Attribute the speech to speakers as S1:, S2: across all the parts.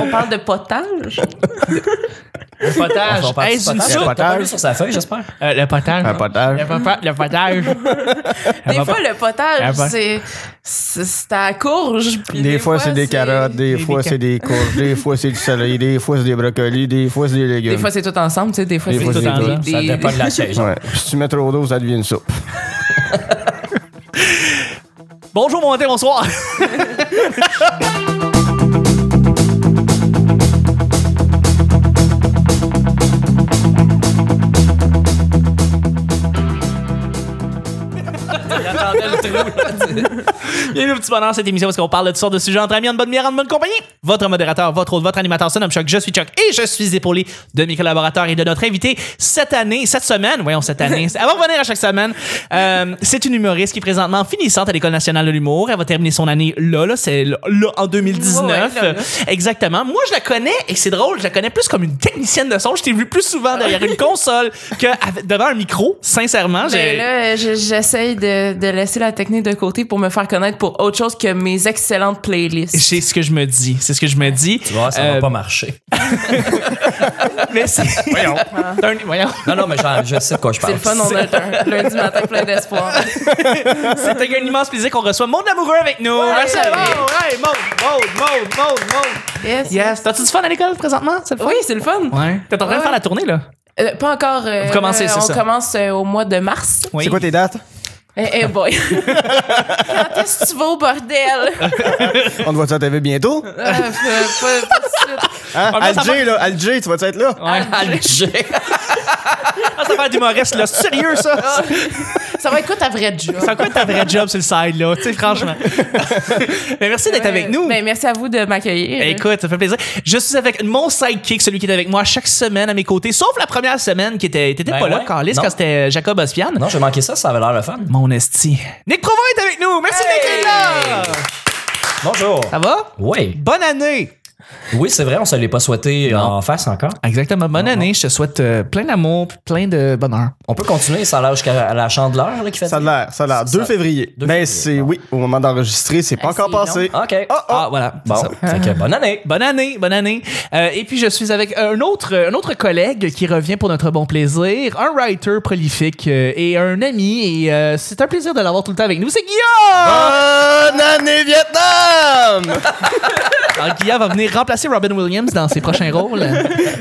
S1: On parle de potage.
S2: Le potage.
S3: On parle
S2: Hey,
S3: du
S2: c'est une
S3: potage.
S2: soupe.
S3: Le potage.
S2: T'as pas mis sur sa feuille, j'espère.
S3: Euh, le potage.
S4: Un potage.
S3: Le, pota- le potage.
S1: Des fois, le
S3: Ah,
S1: potage,
S3: bon.
S1: c'est c'est c'est à la courge. puis
S4: Des, fois, c'est des carottes, des
S3: des
S4: fois,
S3: ca-
S4: c'est des courges, des fois, c'est du soleil, des fois, c'est des brocolis, des fois, c'est des légumes.
S1: Des fois, c'est tout ensemble, tu sais. Des fois,
S4: Des
S1: c'est
S4: fois,
S1: des,
S4: c'est tout
S1: des,
S4: ensemble.
S2: Ça dépend de la chaise.
S4: Ouais. Si tu mets trop d'eau, ça devient une soupe.
S3: Bonjour, bon matin, bonsoir.
S2: J'attendais le trou.
S3: Bienvenue au petit bonheur, cette émission où qu'on parle de toutes sortes de sujets entre amis, en bonne lumière, en bonne compagnie. Votre modérateur, votre hôte, votre animateur, son nom Chuck, je suis Chuck et je suis épaulé de mes collaborateurs et de notre invité cette année, cette semaine, voyons cette année, elle va revenir à chaque semaine. Euh, c'est une humoriste qui est présentement finissante à l'École nationale de l'humour. Elle va terminer son année là, là, c'est là, là, en 2019.
S1: Ouais, ouais, là, là.
S3: Exactement. Moi, je la connais et c'est drôle, je la connais plus comme une technicienne de son. Je t'ai vu plus souvent derrière une console que av- devant un micro, sincèrement.
S1: Mais Ben
S3: j'ai-
S1: là, je- j'essaye de, de laisser la technique de côté pour me faire connaître pour autre chose que mes excellentes playlists.
S3: C'est ce que je me dis. C'est ce que je me dis.
S2: Tu vois, ça
S3: Euh,
S2: va pas marcher.
S3: Mais c'est. Voyons. Voyons.
S2: Non, non, mais genre, je sais de quoi
S1: C'est
S2: je parle.
S1: le fun, on a un lundi matin plein d'espoir.
S3: C'est un immense plaisir qu'on reçoit Monde Amoureux avec nous. Merci,
S1: Ouais.
S3: Maud. Hey, Maud, Maud, Maud, Maud, Maud.
S1: Yes.
S3: Yes. T'as-tu du fun à l'école présentement? C'est le fun?
S1: Oui, c'est le fun.
S3: Ouais. T'es en train de
S1: Ouais.
S3: faire la tournée, là?
S1: Euh, pas encore. euh,
S3: Vous commencez, c'est
S1: on
S3: ça.
S1: commence euh, au mois de mars.
S3: Oui.
S4: C'est quoi tes dates?
S1: Eh eh boy. Quand est-ce que tu vas au bordel?
S4: On te voit-tu à TV bientôt?
S1: Euh, pas- pas tout de suite.
S4: Hein?
S3: Ah, mais ça
S4: Alger, là, Alger, tu vas-tu être là?
S3: Ouais.
S2: Alger.
S3: Ah, ça va d'humoriste, là. C'est sérieux, ça?
S1: Ça va être quoi ta vraie job?
S3: Ça quoi ta vraie job sur le side, là? Tu sais, franchement. Mais merci d'être
S1: Ouais.
S3: avec nous. Eh,
S1: Ben, merci à vous de m'accueillir.
S3: Écoute, ça fait plaisir. Je suis avec mon sidekick, celui qui est avec moi chaque semaine à mes côtés, sauf la première semaine qui était. T'étais
S2: Ben
S3: pas là,
S2: ouais.
S3: Carlis,
S2: Non.
S3: quand c'était euh, Jacob Ospian.
S2: Non, j'ai manqué ça, ça avait l'air le fun.
S3: Mon esti. Nick Provo est avec nous. Merci d'être là.
S2: Bonjour.
S3: Ça va?
S2: Oui.
S3: Bonne année.
S2: Oui, c'est vrai, on se l'est pas souhaité euh, en face encore.
S3: Exactement. Bonne année. Je te souhaite euh, plein d'amour, puis plein de bonheur.
S2: On peut continuer, ça a l'air jusqu'à la chandeleur là, qui fait
S4: Ça a l'air, ça a l'air. 2
S2: ça.
S4: février.
S2: 2
S4: Mais
S2: février,
S4: c'est, oui, au moment d'enregistrer, c'est pas
S1: Ah,
S4: encore
S1: c'est long.
S4: passé.
S2: OK.
S3: Ah, voilà. c'est
S2: Bon,
S3: ça.
S2: fait que bonne année.
S3: Bonne année, bonne année. Euh, et puis je suis avec un autre, un autre collègue qui revient pour notre bon plaisir, un writer prolifique euh, et un ami. Et euh, c'est un plaisir de l'avoir tout le temps avec nous. C'est Guillaume.
S1: Ah.
S4: Bonne année, Vietnam!
S3: Alors, ah, Guillaume va venir remplacer Robin Williams dans ses prochains rôles.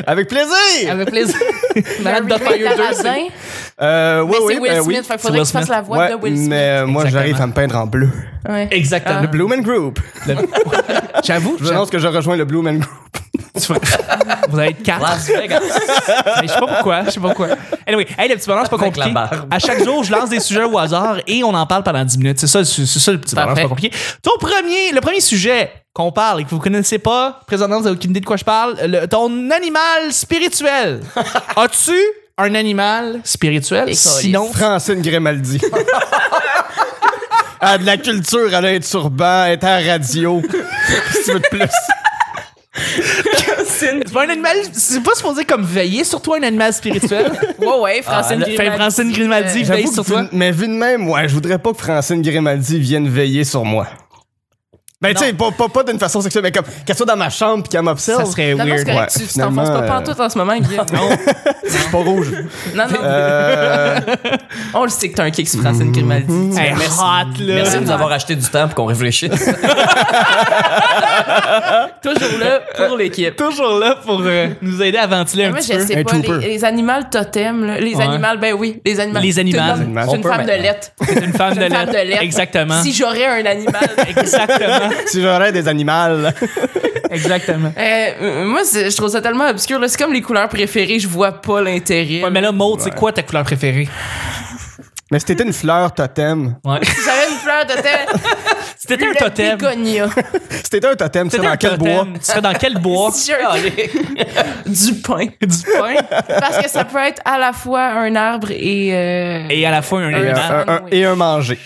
S4: Avec plaisir!
S3: Avec plaisir. Madame
S1: Harry Potter,
S3: Doubtfire 2, c'est-
S1: Aladdin,
S4: Euh, oui,
S1: mais
S4: oui,
S1: c'est Will
S4: ben
S1: Smith.
S4: oui.
S1: Fait qu'il
S3: C'est
S1: faudrait
S3: Will
S1: que tu fasses
S3: Smith.
S1: la voix
S4: Ouais,
S1: de Will Smith.
S4: mais moi,
S3: Exactement.
S4: j'arrive à me peindre en bleu.
S1: Ouais.
S3: Exactement. Ah.
S4: Le Blue Man Group.
S3: J'avoue,
S4: Je vous annonce que je rejoins le Blue Man Group.
S3: Tu vas- Vous allez être quatre.
S2: Las Vegas.
S3: Mais je sais pas pourquoi. Je sais pas pourquoi. Anyway, hey, le petit bonheur, c'est pas
S2: Avec
S3: compliqué.
S2: la barbe.
S3: À chaque jour, je lance des sujets au hasard et on en parle pendant 10 minutes. C'est ça, c'est c'est ça le petit bonheur, c'est pas
S1: Parfait.
S3: compliqué. Ton premier, le premier sujet qu'on parle et que vous connaissez pas, présentement, vous avez aucune idée de quoi je parle, le- ton animal spirituel. As-tu un animal spirituel?
S1: Et
S3: Sinon,
S4: Francine Grimaldi. Elle a de la culture, elle a un turban, elle est à la radio. Qu'est-ce que tu veux de plus?
S3: c'est pas un animal, c'est pas supposé comme veiller sur toi un animal spirituel.
S1: Ouais, ouais, Francine
S2: Ah,
S3: Fait que
S1: Grimaldi.
S3: Francine Grimaldi
S4: J'avoue
S3: veille
S4: que
S3: sur
S4: vu-
S3: toi.
S4: Mais vu de même, ouais, je voudrais pas que Francine Grimaldi vienne veiller sur moi. Ben, tu sais, pas, pas, pas d'une façon sexuelle, mais comme qu'elle soit dans ma chambre puis qu'elle m'observe.
S3: Ça serait
S1: Non, non, c'est
S3: weird.
S1: correct,
S4: Ouais,
S1: tu- tu t'enfonces pas
S4: finalement, euh,
S1: pantoute en ce moment, Guillaume.
S4: Je suis pas rouge.
S1: Non, non,
S4: Euh,
S1: on le sait que t'as un kick sur Francine Grimaldi.
S3: Hey, hot, là.
S2: Merci de nous avoir acheté du temps pour qu'on réfléchisse.
S1: Toujours là pour l'équipe.
S3: toujours là pour euh, nous aider à ventiler un
S1: Moi,
S3: petit
S1: je
S3: peu.
S1: sais
S4: Un
S1: pas, les,
S4: trooper.
S1: les animaux totems, là, les
S3: Ouais.
S1: animaux, ben oui, les animaux.
S3: Les
S1: Tout
S3: animaux.
S1: le monde-
S4: Animaux.
S1: Je suis
S2: On
S1: une
S2: peut
S1: femme de
S2: maintenant.
S1: lettres.
S3: C'est une femme de
S1: Une femme
S3: lettre.
S1: de lettres.
S3: Exactement.
S1: Si j'aurais un animal.
S3: Exactement.
S4: si j'aurais des animaux.
S3: Exactement.
S1: Euh, euh, moi, c'est- je trouve ça tellement obscur. là. C'est comme les couleurs préférées, je vois pas l'intérêt.
S3: Ouais, mais là, Maud, c'est quoi ta couleur préférée?
S4: Mais si t'étais une fleur totem,
S3: Ouais.
S1: J'avais une fleur de tête.
S3: Si t'étais un totem,
S1: Bégonia.
S4: si t'étais un totem, tu
S3: si t'étais
S4: sais dans
S3: un
S4: quel bois?
S3: totem, tu serais dans quel bois?
S1: Si j'ai un- du pain.
S3: du pain
S1: Parce que ça peut être à la fois un arbre et. euh,
S3: et à la fois un
S4: Et,
S3: aliment
S4: un- un- et un manger.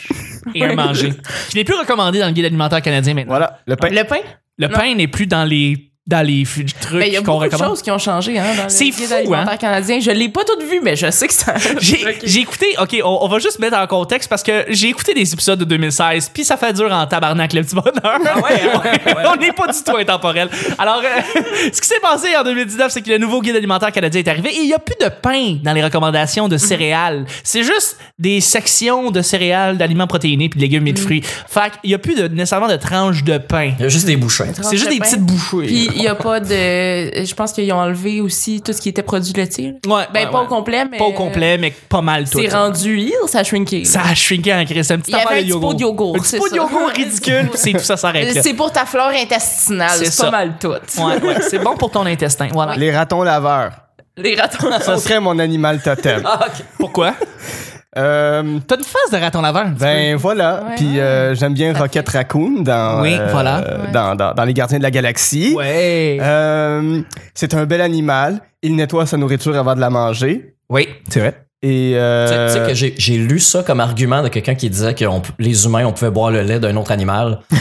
S3: et un manger. Qui n'est plus recommandé dans le guide alimentaire canadien maintenant.
S4: Voilà, le pain.
S1: Le pain?
S3: Le
S1: Non.
S3: pain n'est plus dans les dans les f- trucs
S1: Mais il y a
S3: qu'on
S1: beaucoup de
S3: recommande.
S1: choses qui ont changé hein, dans
S3: C'est
S1: le guide
S3: fou,
S1: alimentaire
S3: hein?
S1: canadien. Je l'ai pas toutes vues, mais je sais que ça.
S3: J'ai j'ai écouté, ok, on, on va juste mettre en contexte parce que j'ai écouté des épisodes de 2016, puis ça fait dur en tabarnak le petit bonheur.
S1: Ah hein?
S2: ouais, ouais.
S3: on n'est pas du tout intemporel. Alors, euh, ce qui s'est passé en 2019, c'est que le nouveau guide alimentaire canadien est arrivé et il n'y a plus de pain dans les recommandations
S1: Mhm.
S3: de céréales. C'est juste des sections de céréales, d'aliments protéinés, puis de légumes
S1: Mhm.
S3: et de fruits. Fait qu'il n'y a plus de, nécessairement de tranches de pain.
S2: Il y a juste des bouchons.
S3: C'est juste des
S1: Tranche de
S3: petites
S1: pain.
S3: bouchées.
S1: Puis il y a pas de. Je pense qu'ils ont enlevé aussi tout ce qui était produit laitier. là.
S3: Ouais,
S1: Ben
S3: ouais,
S1: pas
S3: ouais.
S1: au complet, mais.
S3: Pas au complet, mais pas mal tout.
S1: C'est rendu il, ça a shrinké.
S3: Ça a shrinké en crise. C'est un
S1: Il
S3: petit
S1: y avait
S3: affaire
S1: un petit pot de yogourt,
S3: Un petit
S1: c'est
S3: pot de
S1: ça.
S3: yogourt ridicule, puis c'est tout ça s'arrête là.
S1: C'est pour ta flore intestinale,
S3: C'est
S1: c'est
S3: ça.
S1: pas mal tout.
S3: Ouais, ouais, c'est bon pour ton intestin. Voilà.
S4: Les ratons laveurs.
S1: Les ratons.
S4: Ça serait mon animal totem.
S3: Ah. Pourquoi?
S4: Euh,
S3: T'as une face de raton laveur. un petit
S4: ben voilà.
S1: Ouais.
S4: Puis euh, j'aime bien Rocket Raccoon dans,
S3: Oui,
S4: euh,
S3: voilà.
S4: dans, dans- dans Les Gardiens de la Galaxie.
S3: peu. Ouais.
S4: Euh, c'est un bel animal. Il nettoie sa nourriture avant de la manger.
S3: oui.
S4: C'est vrai. Et euh,
S2: Tu sais- tu sais que j'ai- j'ai lu ça comme argument de quelqu'un qui disait que on p- les humains, on pouvait boire le lait d'un autre animal. tu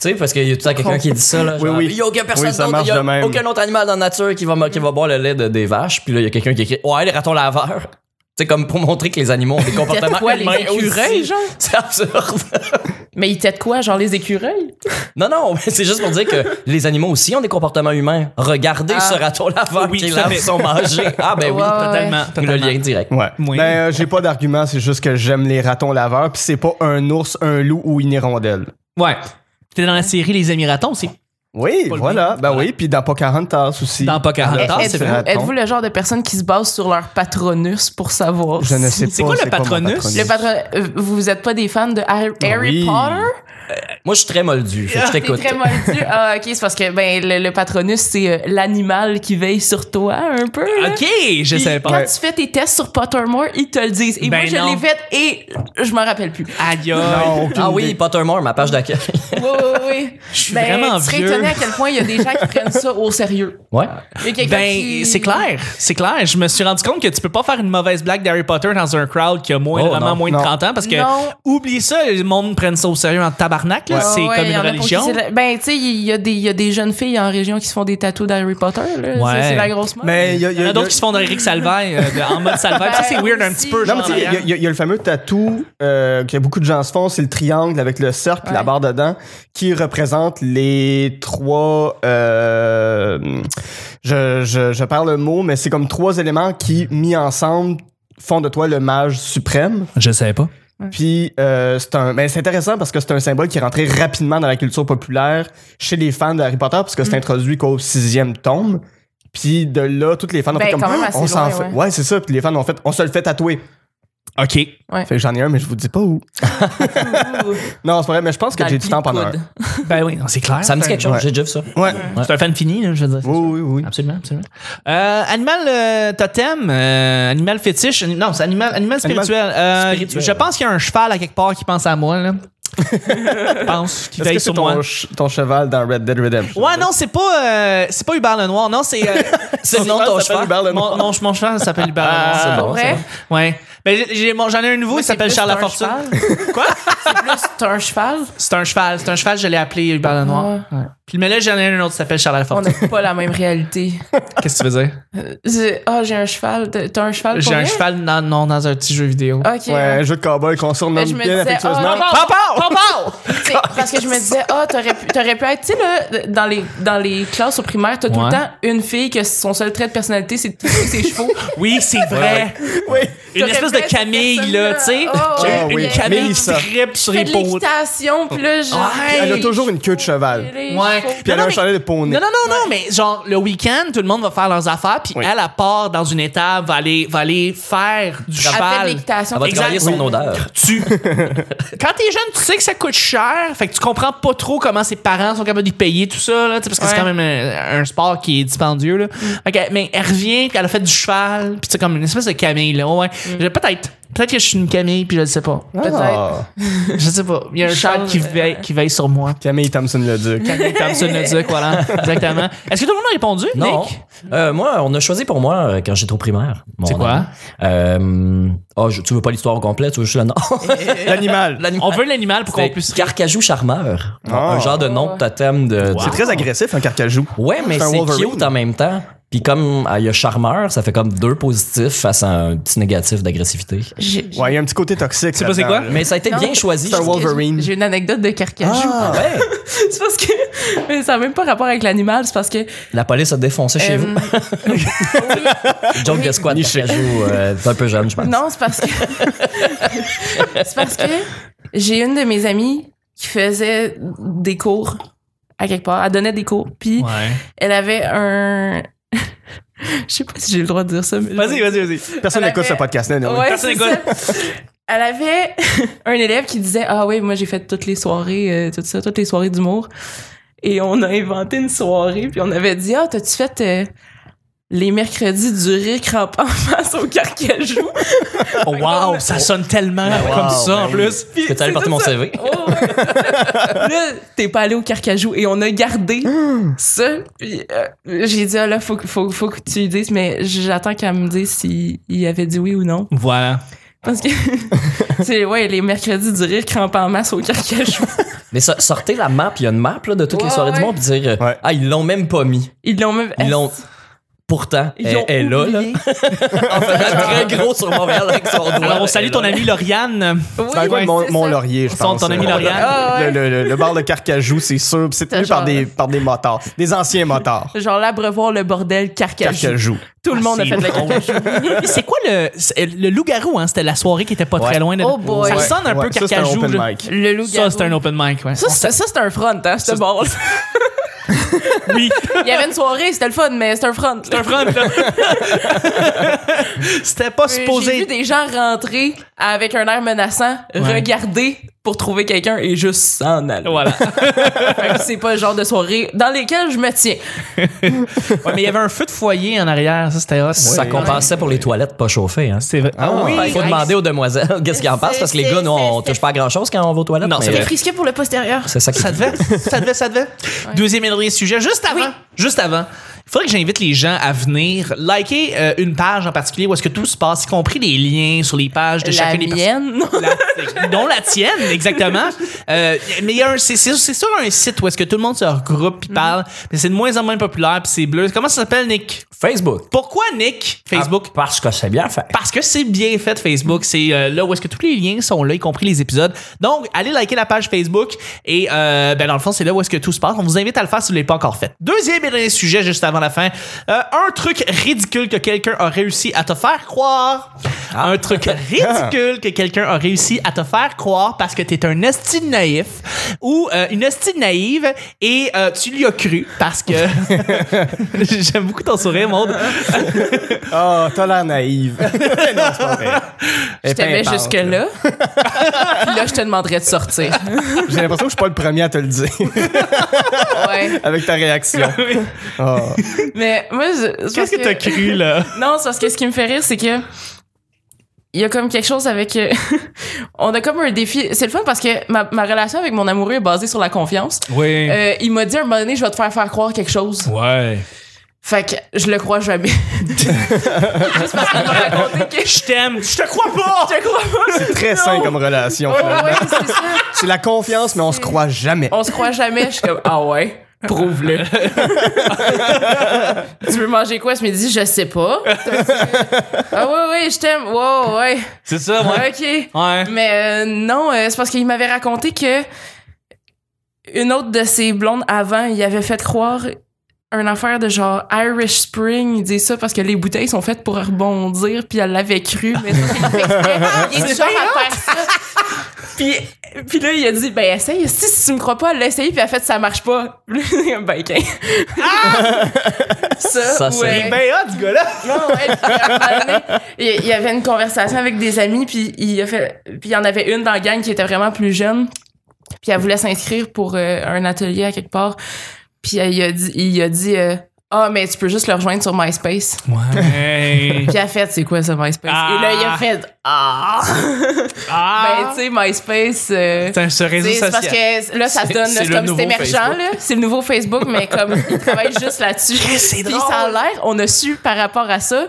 S2: sais, parce qu'il y a tout le temps quelqu'un qui dit ça. Là,
S4: Oui, oui.
S2: Il n'y a aucun personne
S4: Oui, ça
S2: d'autre,
S4: marche
S2: il y a
S4: de même.
S2: aucun autre animal dans la nature qui va, ma- qui va boire le lait de- des vaches. Puis là, il y a quelqu'un qui écrit Ouais, les ratons laveurs. C'est comme pour montrer que les animaux ont des comportements
S1: quoi, les
S2: humains
S1: écureuils,
S2: aussi.
S1: genre?
S2: C'est absurde.
S1: Mais ils têtent quoi, genre les écureuils?
S2: non, non, mais c'est juste pour dire que les animaux aussi ont des comportements humains. Regardez
S1: Ah.
S2: ce raton laveur
S3: Oui,
S2: qui
S3: tout à fait.
S2: lave son manger. Ah ben oui,
S1: Ouais, ouais.
S3: Totalement.
S2: le
S3: totalement.
S2: lien direct.
S4: Ouais.
S3: Oui.
S4: Ben, euh, j'ai pas d'argument, c'est juste que j'aime les ratons laveurs, puis c'est pas un ours, un loup ou une hirondelle.
S3: Ouais. T'es dans la série Les Amis ratons, c'est
S4: Oui,
S3: Pas le
S4: voilà.
S3: loup.
S4: Ben
S3: Voilà.
S4: oui, puis dans Pocahontas aussi.
S3: dans Pocahontas.
S4: Eh, eh,
S3: c'est
S4: vrai.
S1: Êtes-vous
S3: vrai.
S1: êtes-vous le genre de personne qui se base sur leur patronus pour savoir?
S4: Je ne
S1: si-
S4: sais pas.
S3: C'est quoi le
S4: mon
S3: patronus?
S1: Le patron- euh, Vous êtes pas des fans de Harry, Harry
S4: Oui.
S1: Potter?
S2: Moi, je suis très moldu. Fait que Je
S1: Ah, T'es
S2: t'écoute.
S1: très moldu. Ah, ok, c'est parce que ben, le, le patronus, c'est euh, l'animal qui veille sur toi un peu. là.
S3: Ok, je
S1: Puis
S3: savais
S1: Quand
S3: pas.
S1: tu fais tes tests sur Pottermore, ils te le disent. Et
S3: Ben
S1: moi, je
S3: non.
S1: l'ai fait et je m'en rappelle plus.
S3: Aïe, aïe.
S4: Non, aucune
S2: Ah oui,
S4: idée.
S2: Pottermore, ma page d'accueil.
S1: Oui, oui, oui. Ben,
S3: Je suis vraiment
S1: tu serais
S3: vieux.
S1: étonné à quel point il y a des gens qui prennent ça au sérieux.
S2: Ouais.
S1: Il y a quelqu'un
S3: Ben,
S1: qui-
S3: c'est clair, c'est clair. Je me suis rendu compte que tu peux pas faire une mauvaise blague d'Harry Potter dans un crowd qui a moins,
S2: Oh,
S3: vraiment
S2: non,
S3: moins de
S4: non.
S3: 30 ans parce que,
S1: Non.
S3: oublie ça, le monde prenne ça au sérieux en tabarnak, là.
S1: Ah
S3: c'est
S1: ouais,
S3: comme
S1: il y en
S3: une
S1: a pour qui
S3: religion.
S1: c'est la- Ben, tu sais, il y, a des- il y a des jeunes filles en région qui se font des tatous d'Harry Potter. là.
S3: Ouais.
S1: C'est- C'est la grosse mode.
S4: Mais il y a, il
S3: Il
S4: y
S3: y en
S4: a-
S3: a d'autres qui se font dans Eric Salvaille, euh, de- en mode Salvaille. Puis ça, c'est
S1: Ben,
S3: weird un
S1: aussi.
S3: petit peu.
S4: Non,
S3: genre,
S4: mais tu sais, il y a- il y, a- il y a le fameux tatou euh, que beaucoup de gens se font, c'est le triangle avec le cercle et la
S1: Ouais.
S4: barre dedans, qui représente les trois. euh, je, je, je parle le mot, mais c'est comme trois éléments qui, mis ensemble, font de toi le mage suprême.
S3: Je savais pas.
S4: Puis euh, c'est un, ben, c'est intéressant parce que c'est un symbole qui est rentré rapidement dans la culture populaire chez les fans de Harry Potter parce que
S1: Mm.
S4: c'est introduit qu'au sixième tome. Puis de là, toutes les fans ont
S1: Ben,
S4: fait comme
S1: quand même
S4: Ah,
S1: assez
S4: on s'en
S1: loin,
S4: fait.
S1: ouais.
S4: Ouais, c'est ça. Puis les fans ont fait, on se le fait tatouer.
S3: OK.
S4: Fait que j'en ai un, mais je vous dis pas où. non, c'est pas vrai, mais je pense que j'ai du temps pendant un.
S3: Ben oui, non, c'est clair.
S2: Ça me dit quelque chose,
S4: Ouais.
S2: j'ai déjà vu ça.
S4: Ouais.
S3: C'est un fan fini, là, je veux dire.
S4: Oui, oui, oui.
S3: Absolument, absolument. Euh, animal euh, totem, euh, animal fétiche, ani- non, c'est animal, animal spirituel. Euh,
S2: Spirituel.
S3: Je pense qu'il y a un cheval à quelque part qui pense à moi, là. Je pense, qui
S4: Est-ce
S3: veille
S4: que c'est
S3: sur
S4: ton,
S3: moi.
S4: ch- ton cheval dans Red Dead Redemption?
S3: Ouais, non, c'est pas, euh, c'est pas Hubert Lenoir, non, c'est. euh,
S2: C'est le nom de
S4: cheval
S2: ton
S4: s'appelle
S2: cheval.
S4: Hubert Lenoir.
S3: mon, mon, mon cheval s'appelle Hubert
S2: c'est
S3: Lenoir.
S2: bon,
S1: Pour vrai?
S3: Ouais. Ben, j'ai- j'ai- mon- j'en ai un nouveau,
S1: Moi,
S3: il s'appelle
S1: c'est
S3: Charles
S1: plus un
S3: Lafortune. Quoi?
S1: C'est plus un cheval.
S3: C'est un cheval, c'est un cheval, je l'ai appelé Hubert Lenoir. Ouais. Puis mais là, j'en ai un autre qui s'appelle Charles
S1: On
S3: Lafortune.
S1: n'a pas la même réalité.
S3: Qu'est-ce que tu veux dire?
S1: C'est- Ah, j'ai un cheval. T'as t'as un cheval Ah, pour
S3: J'ai un
S1: vrai? Ah,
S3: cheval dans, non, dans un petit jeu vidéo.
S1: Ok.
S4: Ouais, un jeu de cowboy qu'on surnomme
S1: Ben, je me disais,
S4: bien
S3: oh,
S4: affectueusement.
S1: ah,
S3: Papa!
S1: Tu sais, parce que je me disais, ah, t'aurais pu, t'aurais pu être, tu sais, là, dans les, dans les classes au primaire, t'as tout
S3: Ouais.
S1: le temps une fille que son seul trait de personnalité, c'est de pousser ses chevaux.
S3: Oui, c'est vrai.
S4: Oui.
S3: Une
S1: T'aurais
S3: espèce
S1: pu
S3: de
S1: être
S3: Camille,
S1: cette
S3: là, tu
S1: personne-là.
S3: sais.
S1: Ah,
S3: Qui a
S4: ouais,
S3: une
S4: oui.
S3: Camille qui
S4: Mélissa.
S3: tripe sur
S1: Je fais
S3: les
S1: de
S3: pots.
S1: l'équitation, puis là, genre.
S3: Ouais.
S4: Elle a toujours une queue de cheval.
S3: Ouais.
S4: Puis elle a
S3: non,
S4: un
S3: mais-
S4: chalet de poney.
S3: Non, non, non, non, mais genre, le week-end, tout le monde va faire leurs affaires, puis
S4: Oui.
S3: elle, à part dans une étable, va aller, va aller faire du
S1: Après
S3: cheval.
S1: l'équitation.
S2: Elle va
S1: Exact.
S2: travailler son odeur.
S3: Tu. Quand t'es jeune, tu sais que ça coûte cher, fait que tu comprends pas trop comment ses parents sont capables de payer tout ça, là, tu sais, parce que c'est
S1: Ouais.
S3: quand même euh, un, un sport qui est dispendieux. Là. Fait que- mais elle revient, puis elle a fait du cheval, puis c'est comme une espèce de Camille. Là, ouais. J'ai- Peut-être Peut-être. Peut-être que je suis une Camille, puis je le sais pas.
S4: Ah.
S3: Je sais pas. Il y a un chat
S1: Charles,
S3: qui
S1: euh,
S3: veille, qui veille sur moi.
S4: Camille Thompson le Duc.
S3: Camille Thompson le Duc, voilà. Exactement. Est-ce que tout le monde a répondu,
S2: Non.
S3: Nick?
S2: Euh, moi, on a choisi pour moi euh, quand j'étais au primaire. mon
S3: C'est
S2: nom.
S3: quoi?
S2: Euh, oh, je- tu veux pas l'histoire complète, tu veux juste le nom?
S4: L'animal.
S3: On veut l'animal pour qu'on
S2: C'est
S3: puisse...
S2: Carcajou Charmeur.
S4: Ah.
S2: Un genre de nom de totem de.
S3: Wow.
S2: de-
S4: C'est très agressif, un carcajou.
S2: Ouais, mais
S4: un
S2: c'est
S4: Wolverine.
S3: hein,
S2: cute en même temps. Puis comme ah, il y a Charmeur, ça fait comme deux positifs face à un petit négatif d'agressivité.
S1: J'ai-
S4: Ouais, il y a un petit côté toxique.
S3: sais pas c'est
S4: là-dedans,
S3: quoi?
S4: là.
S2: Mais ça a été
S1: Non.
S2: bien choisi.
S4: C'est un
S2: je trouve.
S4: Wolverine.
S1: J'ai une anecdote de Carcajou.
S4: Ah,
S2: Ouais.
S1: C'est parce que. Mais ça n'a même pas rapport avec l'animal, c'est parce que.
S2: La police a défoncé chez
S1: euh,
S2: vous. Joke de squad Carcajou. euh, T'es un peu jeune, je pense.
S1: Non, c'est parce que. c'est parce que j'ai une de mes amies qui faisait des cours à quelque part. Elle donnait des cours. Puis
S3: Ouais.
S1: elle avait un. Je sais pas si j'ai le droit de dire ça, mais.
S3: Vas-y, vas-y, vas-y.
S4: Personne
S1: Elle
S4: n'écoute
S1: avait-
S4: ce podcast-là. non?
S1: Ouais,
S3: Personne
S1: c'est ça. Elle avait un élève qui disait Ah oui, moi j'ai fait toutes les soirées, euh, tout ça, toutes les soirées d'humour. Et on a inventé une soirée, puis on avait dit Ah, t'as-tu fait euh, les mercredis du rire crampant face au carcajou
S3: Oh, wow, ça sonne tellement comme ça,
S2: ben
S3: en plus.
S2: Est-ce que t'as
S1: C'est
S2: porter
S1: tout
S2: mon
S1: ça.
S2: CV?
S1: Oh, ouais. là, t'es pas allé au carcajou et on a gardé ça. Puis, euh, j'ai dit, ah là, faut, que- faut, faut que tu lui dises, mais j'attends qu'elle me dise s'il il avait dit oui ou non.
S3: Voilà.
S1: Parce que, c'est, ouais, les mercredis du rire crampent en masse au carcajou.
S2: Mais so- sortez la map, il y a une map là, de toutes les
S1: Ouais,
S2: soirées du
S1: ouais.
S2: monde, puis dire euh,
S4: Ouais.
S2: Ah, ils l'ont même pas mis.
S1: Ils l'ont même.
S2: Ils l'ont- Pourtant,
S1: Ils
S2: elle
S1: ont
S2: elle est là, là.
S1: oublié.
S2: En faisant très gros sur Montréal avec son doigt.
S3: Alors, on salue
S2: Elle
S3: ton
S2: est là.
S3: ami Lauriane.
S1: Oui,
S4: Dans le coin de Mont-
S1: c'est ça.
S4: Mont-Laurier, je
S3: Son-
S4: pense.
S3: ton ami
S4: Euh,
S3: Lauriane.
S1: Ah, ouais.
S4: Le, le- le bar de Carcajou, c'est sûr. puis C'est
S1: T'as
S4: tenu par
S1: genre-
S4: des, par des motards. Des anciens motards.
S1: Genre l'abreuvoir le bordel carcajou.
S4: Carcajou.
S1: Tout le monde a fait de la carcajou.
S3: C'est quoi le. c'est- Le loup-garou, hein? C'était la soirée qui était pas
S2: Ouais.
S3: très loin de.
S1: Oh boy.
S3: Ça
S1: Ouais.
S3: sonne un
S4: Ouais,
S3: peu
S4: ça, c'est un
S3: carcajou.
S4: open
S3: là.
S4: mic.
S1: Le loup
S3: Ça, c'est un open mic, ouais.
S1: Ça, c'est- ça, c'est un front, hein, ce bord
S3: Oui.
S1: Il y avait une soirée, c'était le fun, mais c'est un front.
S3: C'est un front, là. C'était pas
S1: Euh, J'ai vu
S3: supposé.
S1: des gens rentrer avec un air menaçant,
S3: Ouais.
S1: regarder pour trouver quelqu'un et juste s'en aller.
S3: Voilà.
S1: Fait que c'est pas le genre de soirée dans lesquelles je me tiens.
S3: Ouais, mais il y avait un feu de foyer en arrière, ça c'était hot.
S2: Ça compensait pour les toilettes pas chauffées. Hein.
S3: C'est vrai.
S2: Ah
S1: oui.
S2: Il faut
S1: Nice.
S2: demander aux demoiselles qu'est-ce qu'ils en pensent parce que les
S1: C'est-
S2: gars, nous, on
S1: c'est-
S2: touche pas à grand chose quand on va aux toilettes.
S3: Non,
S2: mais
S3: c'est vrai.
S1: frisqué pour le postérieur.
S2: C'est ça qui
S3: Ça devait, ça devait, ça devait. Deuxième et dernier sujet, juste avant,
S1: Oui.
S3: juste avant. Il faudrait que j'invite les gens à venir liker euh, une page en particulier où est-ce que tout se passe, y compris les liens sur les pages de
S1: La
S3: chacune des personnes.
S1: mienne.
S3: La- dont la tienne, exactement. Euh, mais il y a un, c'est, c'est, c'est sur un site où est-ce que tout le monde se regroupe puis parle, mais c'est de moins en moins populaire puis c'est bleu. Comment ça s'appelle, Nick?
S2: Facebook.
S3: Pourquoi Nick? Facebook?
S2: Ah, parce que c'est bien fait.
S3: Parce que c'est bien fait Facebook, c'est euh, là où est-ce que tous les liens sont là, y compris les épisodes. Donc, allez liker la page Facebook et euh, ben dans le fond, c'est là où est-ce que tout se passe. On vous invite à le faire si vous ne l'avez pas encore fait. Deuxième et dernier sujet juste avant la fin, Euh, un truc ridicule que quelqu'un a réussi à te faire croire. Un truc ridicule que quelqu'un a réussi à te faire croire parce que t'es un esti de naïf ou euh, une esti de naïve et euh, tu lui as cru parce que j'aime beaucoup ton sourire, Maud.
S4: Ah, t'as l'air naïve. non, c'est pas vrai. Elle
S1: Je
S4: est
S1: t'aimais
S4: pimpante, là.
S1: jusque-là. Puis là, je te demanderais de sortir.
S4: J'ai l'impression que je suis pas le premier à te le dire
S1: Ouais.
S4: avec ta réaction. Ah.
S1: Mais moi, je- c'est parce
S3: Qu'est-ce que t'as cru là?
S1: Non, c'est parce que ce qui me fait rire, c'est que il y a comme quelque chose avec. euh, on a comme un défi. C'est le fun parce que ma, ma relation avec mon amoureux est basée sur la confiance.
S3: Oui.
S1: Euh, il m'a dit à un moment donné, je vais te faire faire croire quelque chose.
S3: Ouais.
S1: Fait que je le crois jamais. Juste parce qu'il m'a raconté que je
S3: Je t'aime, je te crois pas!
S1: te crois pas.
S4: C'est très
S1: Non.
S4: sain comme relation.
S1: Ouais, ouais, Oh, c'est ça.
S4: C'est la confiance, mais on se croit jamais.
S1: On se croit jamais. Je suis comme, ah ouais, prouve-le. tu veux manger quoi ce midi? Je sais pas. ah ouais, ouais, je t'aime. Wow, ouais.
S3: C'est ça,
S1: Ok.
S3: Ouais.
S1: Mais euh, non, euh, c'est parce qu'il m'avait raconté que une autre de ses blondes avant, il avait fait croire un affaire de genre Irish Spring. Il dit ça parce que les bouteilles sont faites pour rebondir, puis elle l'avait cru. Mais il est du genre à faire ça. Puis, puis là, il a dit, ben, essaye. Si, si tu me crois pas, l'essaye. Puis elle a fait, ça marche pas. Puis là, il a dit, ben, qu'un. ça,
S2: Ah! Ça, c'est-
S1: ouais.
S3: Ben ah, du gars-là!
S1: Non, ouais, puis à un moment donné, il il y avait une conversation avec des amis, puis il a fait, puis il y en avait une dans la gang qui était vraiment plus jeune, puis elle voulait s'inscrire pour euh, un atelier à quelque part, puis euh, il a dit, il a dit, euh, Ah, mais tu peux juste le rejoindre sur MySpace.
S3: Ouais.
S1: Puis elle a fait, c'est quoi ça, MySpace?
S3: Ah.
S1: Et là, il a fait, ah! ben,
S3: ah!
S1: tu sais, MySpace. euh,
S3: c'est un- ce
S1: tu
S3: réseau
S1: sais, c'est
S3: social.
S1: parce que là, ça
S2: C'est-
S1: donne,
S2: c'est
S1: c'est
S2: le
S1: comme
S2: nouveau
S1: c'est émergent,
S2: Facebook.
S1: là. C'est le nouveau Facebook, mais comme ils travaillent juste là-dessus.
S3: c'est
S1: Puis
S3: drôle.
S1: ça a l'air, on a su par rapport à ça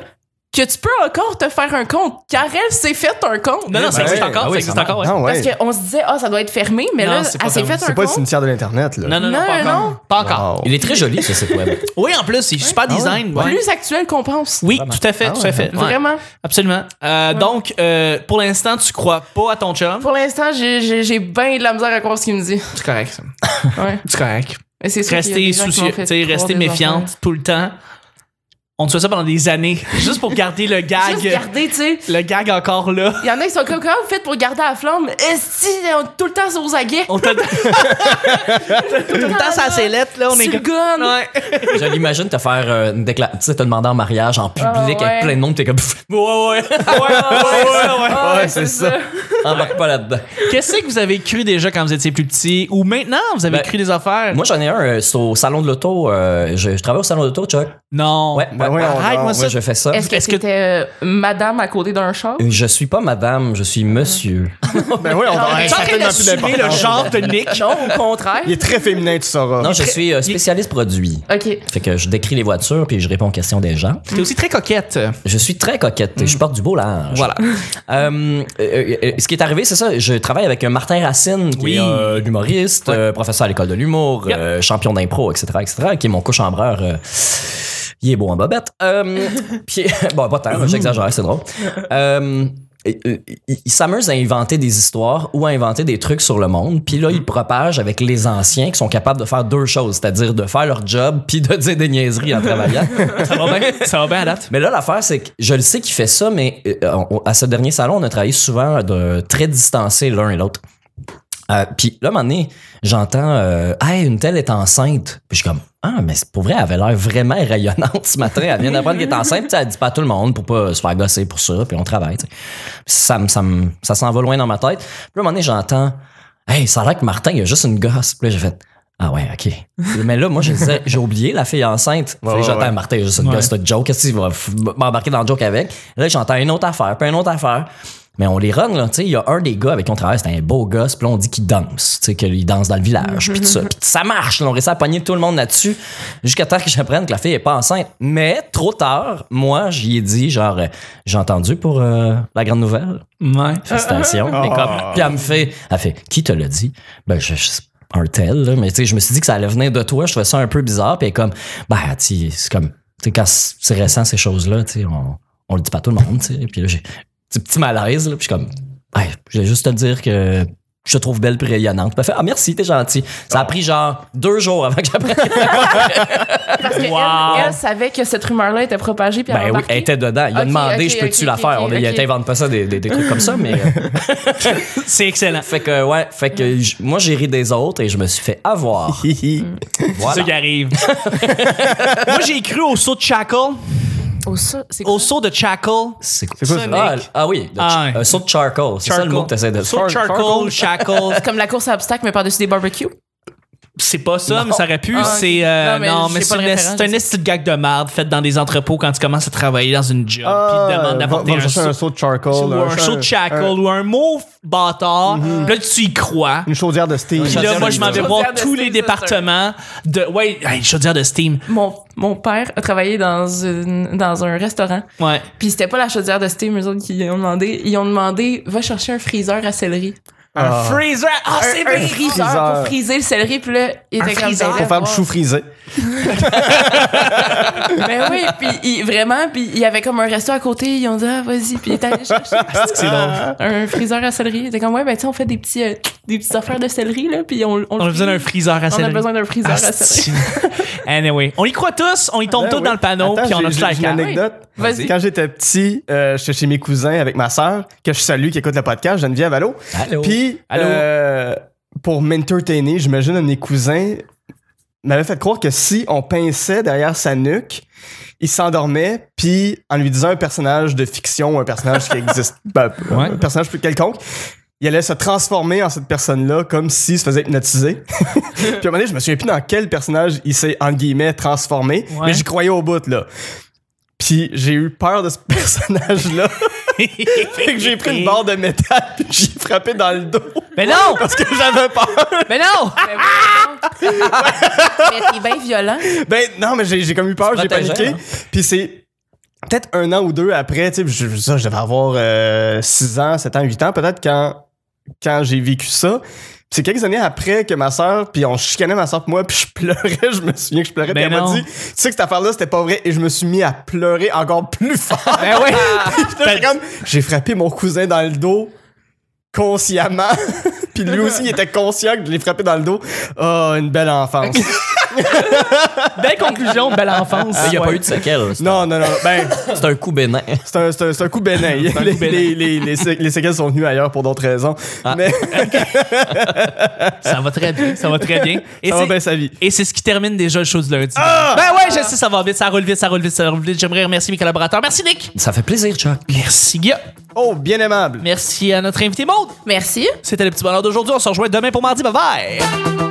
S1: que tu peux encore te faire un compte. Car elle s'est fait un compte.
S3: Non, non, ça
S4: Ben
S3: existe
S4: ouais,
S3: encore.
S2: ah
S3: ça
S2: oui,
S3: existe
S2: ça
S3: encore, ouais.
S4: Non, ouais.
S1: Parce qu'on se disait, ah, ça doit être fermé, mais
S3: Non,
S1: là,
S3: c'est pas
S1: elle s'est
S3: fermé.
S1: fait un
S4: C'est pas le
S1: compte.
S4: cimetière de l'Internet, là.
S3: Non, non, non,
S1: Non,
S3: pas encore.
S1: non. Ah
S3: Pas encore.
S4: Wow.
S2: Il est très joli, ce site web.
S3: Oui, en plus, c'est super design. ouais.
S1: Plus actuel qu'on pense.
S3: Oui, tout à fait, tout à fait. Ah Ouais.
S1: Vraiment.
S3: Absolument. Euh, Donc, euh, pour l'instant, tu crois pas à ton chum.
S1: Pour l'instant, j'ai- j'ai j'ai bien de la misère à croire ce qu'il me dit.
S3: C'est correct. ça.
S1: Ouais.
S3: C'est correct.
S1: Mais c'est sûr qu'il y a
S3: Rester
S1: des gens qui
S3: soucieux,
S1: m'ont fait
S3: tu sais,
S1: croire
S3: rester
S1: des
S3: méfiante tout le temps. On te fait ça pendant des années, juste pour garder le
S1: affaires.
S3: gag,
S1: Juste garder, tu sais.
S3: le gag encore là.
S1: Il y en a qui sont comme comment vous faites pour garder la flamme? Esti, on est tout le temps aux aguets.
S3: On te tout le temps sa sellette là, on est
S1: Sur le
S3: comme-
S1: gun.
S3: Ouais.
S2: Je l'imagine te faire euh, une déclaration. Tu sais, te demander en mariage en public
S1: Ah, ouais.
S2: avec plein de monde, t'es comme Pff,
S3: Ouais, ouais. ouais, ouais.
S1: Ah,
S4: Ouais, c'est ça.
S2: embarque pas là-dedans.
S3: Qu'est-ce que vous avez cru déjà quand vous étiez plus petit ou maintenant vous avez
S2: Ben,
S3: cru des affaires
S2: Moi, j'en ai un euh, c'est au salon de l'auto. euh, je, je travaille au salon de l'auto, Chuck.
S3: Non.
S2: Ouais,
S4: Ben
S2: ouais,
S4: voyons
S3: arrête,
S4: donc.
S3: moi, ça-
S2: ouais, je fais ça.
S1: Est-ce que
S3: Est-ce que-
S1: c'était euh, madame à côté d'un char?
S2: Je suis pas madame, je suis monsieur.
S4: Ben oui, on
S1: Non,
S4: va
S1: mais-
S3: T'es en train
S4: certainement plus
S3: d'assumer le
S4: d'importance.
S3: genre de Nick.
S1: Non, au contraire.
S4: Il est très féminin, tu sauras.
S2: Non, je suis euh, spécialiste produit.
S1: OK.
S2: Fait que je décris les voitures puis je réponds aux questions des gens.
S3: T'es aussi très coquette.
S2: Je suis très coquette et je porte du beau large.
S3: Mm. Voilà.
S2: Euh, euh, euh, ce qui est arrivé, c'est ça. Je travaille avec euh, Martin Racine, qui
S3: Oui.
S2: est euh, humoriste, euh, professeur à l'école de l'humour,
S3: Yep.
S2: euh, champion d'impro, etc., etc., qui est mon cochambreur. euh, il est beau en bobette. Euh, puis, bon, pas tant, j'exagère, c'est drôle. Euh, et, euh, il il s'amuse à inventer des histoires ou à inventer des trucs sur le monde. Puis là, il
S3: Mm.
S2: propage avec les anciens qui sont capables de faire deux choses, c'est-à-dire de faire leur job puis de dire des niaiseries en travaillant.
S3: Ça va bien, ça va bien à date.
S2: Mais là, l'affaire, c'est que je le sais qu'il fait ça, mais euh, on- on- à ce dernier salon, on a travaillé souvent de très distancés l'un et l'autre. Euh, puis là, à un moment donné, j'entends euh, Hey, une telle est enceinte. Puis je suis comme Ah, mais c'est pour vrai, elle avait l'air vraiment rayonnante ce matin. Elle vient d'apprendre qu'elle est enceinte, puis elle dit pas à tout le monde pour pas se faire gosser pour ça, puis on travaille. tu sais. Ça, me- ça, me- ça s'en va loin dans ma tête. Puis là, à un moment donné, j'entends Hey, ça a l'air que Martin, il a juste une gosse. Puis là, j'ai fait Ah ouais, OK. mais là, moi, je disais, j'ai oublié la fille enceinte. Fait que
S4: Ouais, ouais,
S2: j'entends
S4: ouais.
S2: Martin, il a juste une
S3: Ouais.
S2: gosse, c'est un joke. Qu'est-ce qu'il va f- m'embarquer dans le joke avec? Là, j'entends une autre affaire, puis une autre affaire. Mais on les run, là. Tu sais, il y a un des gars avec qui on travaille, c'est un beau gosse, puis là, on dit qu'il danse. Tu sais, qu'il danse dans le village, puis tout ça. Puis ça marche, là. On réussit à pogner tout le monde là-dessus jusqu'à temps que j'apprenne que la fille est pas enceinte. Mais trop tard, moi, j'y ai dit, genre, euh, j'ai entendu pour euh, la grande nouvelle.
S3: Ouais.
S2: Félicitations.
S4: Ah.
S2: Mais comme- puis elle me fait, elle fait, qui te l'a dit? Ben, je, je- un tel, là. mais tu sais, je me suis dit que ça allait venir de toi. Je trouvais ça un peu bizarre. Puis elle est comme, ben, tu sais, c'est comme, tu sais, quand c'est c'est récent, ces choses-là, tu sais, on, on le dit pas à tout le monde, tu sais. Puis là, j'ai petit, petit malaise, là. Puis je suis comme, ouais, je vais juste te dire que je te trouve belle et rayonnante. Puis elle fait, ah, merci, t'es gentil. Ça a pris genre deux jours avant que j'apprenne.
S1: Parce qu'elle
S3: Wow.
S1: elle savait que cette rumeur-là était propagée. Puis
S2: Ben oui, elle était dedans. Il a
S1: Ok,
S2: demandé,
S1: ok,
S2: je peux-tu
S1: ok,
S2: la
S1: ok,
S2: faire? on, Il
S1: ok.
S2: t'invente pas ça, des, des- des trucs comme ça, mais. euh,
S3: C'est excellent.
S2: Fait que, ouais, fait que j- moi, j'ai ri des autres et je me suis fait avoir.
S4: Hi, hi.
S3: C'est
S2: voilà.
S3: ça qui arrive. Moi, j'ai cru au saut de Shackle.
S1: Au Oh, ça, c'est
S3: Au saut de Shackle.
S2: C'est
S4: C'est quoi ça?
S2: Ah, ah oui, de
S3: Ah
S2: ch-
S3: ouais.
S2: euh, saut de charcoal. C'est ça le mot que t'essaies de
S3: Saut de Charcoal,
S4: charcoal.
S3: Shackle.
S1: comme la course à obstacles, mais par-dessus des barbecues.
S3: C'est pas ça, mais ça aurait pu.
S1: Ah, ok.
S3: c'est. euh,
S1: Non, mais
S3: non,
S1: j'ai
S3: mais
S1: pas
S3: c'est
S1: le
S3: une-
S1: référent,
S3: c'est un
S1: je
S3: esti de gag de marde fait dans des entrepôts quand tu commences à travailler dans une job.
S4: Ah,
S3: puis ils te demandent
S4: va-
S3: d'apporter
S4: va me
S3: un
S4: chercher
S3: saut.
S4: un saut de charcoal.
S3: Ou
S4: là,
S3: un saut de Shackle
S4: un-
S3: ou un mot bâtard. Puis Là, tu y crois.
S4: Une chaudière de Steve.
S3: Puis là, moi, je m'en vais
S1: Chaudière
S3: voir
S1: de
S3: tous les
S1: Steam, ça,
S3: départements de. Ouais, hey, chaudière de Steam.
S1: Mon, mon père a travaillé dans, une- dans un restaurant.
S3: Ouais.
S1: Puis c'était pas la chaudière de Steam, eux autres, qui ont demandé. Ils ont demandé, va chercher un freezer à céleri.
S3: Un
S4: Ah.
S3: freezer. Ah, c'est
S1: un
S3: bien.
S1: freezer
S4: Freezer.
S1: pour friser le céleri. Puis là, il était comme
S3: freezer
S1: ben là,
S4: Pour faire du
S1: wow.
S4: chou frisé.
S1: Ben oui, puis il- vraiment, puis il y avait comme un resto à côté. Ils ont dit, ah, vas-y. Puis il est allé chercher
S4: Ah.
S3: C'est drôle.
S1: un freezer à céleri. Il était comme, ouais, ben tu sais, on fait des, petits, euh, des petites affaires de céleri, là. Puis on, on,
S3: On a
S1: le
S3: besoin d'un
S1: frise.
S3: freezer à
S1: On a
S3: céleri. Ah,
S1: besoin d'un freezer à céleri.
S3: Asti. anyway, on y croit tous, on y tombe
S4: Ben
S3: tous
S4: oui.
S3: dans le hein. panneau,
S4: Attends,
S3: puis on a
S4: j'ai-
S3: tout
S4: j'ai
S3: la
S4: une
S3: carte.
S4: anecdote.
S1: Vas-y.
S4: Quand j'étais petit, euh, j'étais chez mes cousins avec ma sœur, que je salue, qui écoute le podcast, Geneviève, allô?
S2: Allô?
S4: Puis,
S3: Allô?
S4: euh, pour m'entertainer, j'imagine un de mes cousins m'avait fait croire que si on pinçait derrière sa nuque, il s'endormait, puis en lui disant un personnage de fiction ou un personnage qui existe, ben,
S3: Ouais.
S4: un personnage plus quelconque, il allait se transformer en cette personne-là comme s'il se faisait hypnotiser. puis à un moment donné, je me souviens plus dans quel personnage il s'est, entre guillemets, transformé,
S3: Ouais.
S4: mais j'y croyais au bout, là. Puis j'ai eu peur de ce personnage-là. fait que j'ai pris une barre de métal puis j'ai frappé dans le dos
S3: Mais non!
S4: parce que j'avais peur.
S3: Mais non!
S1: Ben oui, donc. Mais t'es bien violent.
S4: Ben non, mais j'ai j'ai comme eu peur,
S2: Tu
S4: j'ai
S2: protégeais,
S4: paniqué.
S2: hein?
S4: Puis c'est peut-être un an ou deux après, tu sais, je, ça, je devais avoir 6 ans, 7 ans, 8 ans, peut-être quand, quand j'ai vécu ça. Puis c'est quelques années après que ma soeur, puis on chicanait ma soeur et moi, puis je pleurais, je me souviens que je pleurais,
S3: Ben
S4: puis elle m'a
S3: non.
S4: dit, tu sais que cette affaire-là, c'était pas vrai, et je me suis mis à pleurer encore plus fort.
S3: Ben oui!
S4: Puis là, j'étais comme, j'ai frappé mon cousin dans le dos consciemment, puis lui aussi, il était conscient que je l'ai frappé dans le dos. Oh, une belle enfance.
S3: Belle conclusion, belle enfance.
S2: euh, Il n'y a pas
S4: Ouais.
S2: eu de séquelles. C'est-
S4: non, non, non, ben...
S2: C'est un coup bénin.
S4: C'est un, c'est un- c'est un coup bénin.
S3: un coup
S4: les,
S3: bénin. Ah.
S4: les- les- les sé- les séquelles sont venues ailleurs pour d'autres raisons. Mais
S3: Ça va très bien, ça va très bien. Et
S4: ça va
S3: c'est-
S4: bien Ah! sa vie.
S3: Et c'est ce qui termine déjà le show du lundi. ben ouais, je sais, ça va vite, ça roule vite, ça roule vite, ça roule vite. J'aimerais remercier mes collaborateurs. Merci Nick.
S2: Ça fait plaisir, Chuck.
S3: Merci Guillaume.
S4: Oh, bien aimable.
S3: Merci à notre invité Maud.
S1: Merci.
S3: C'était le petit bonheur d'aujourd'hui. On se rejoint demain pour mardi. Bye bye.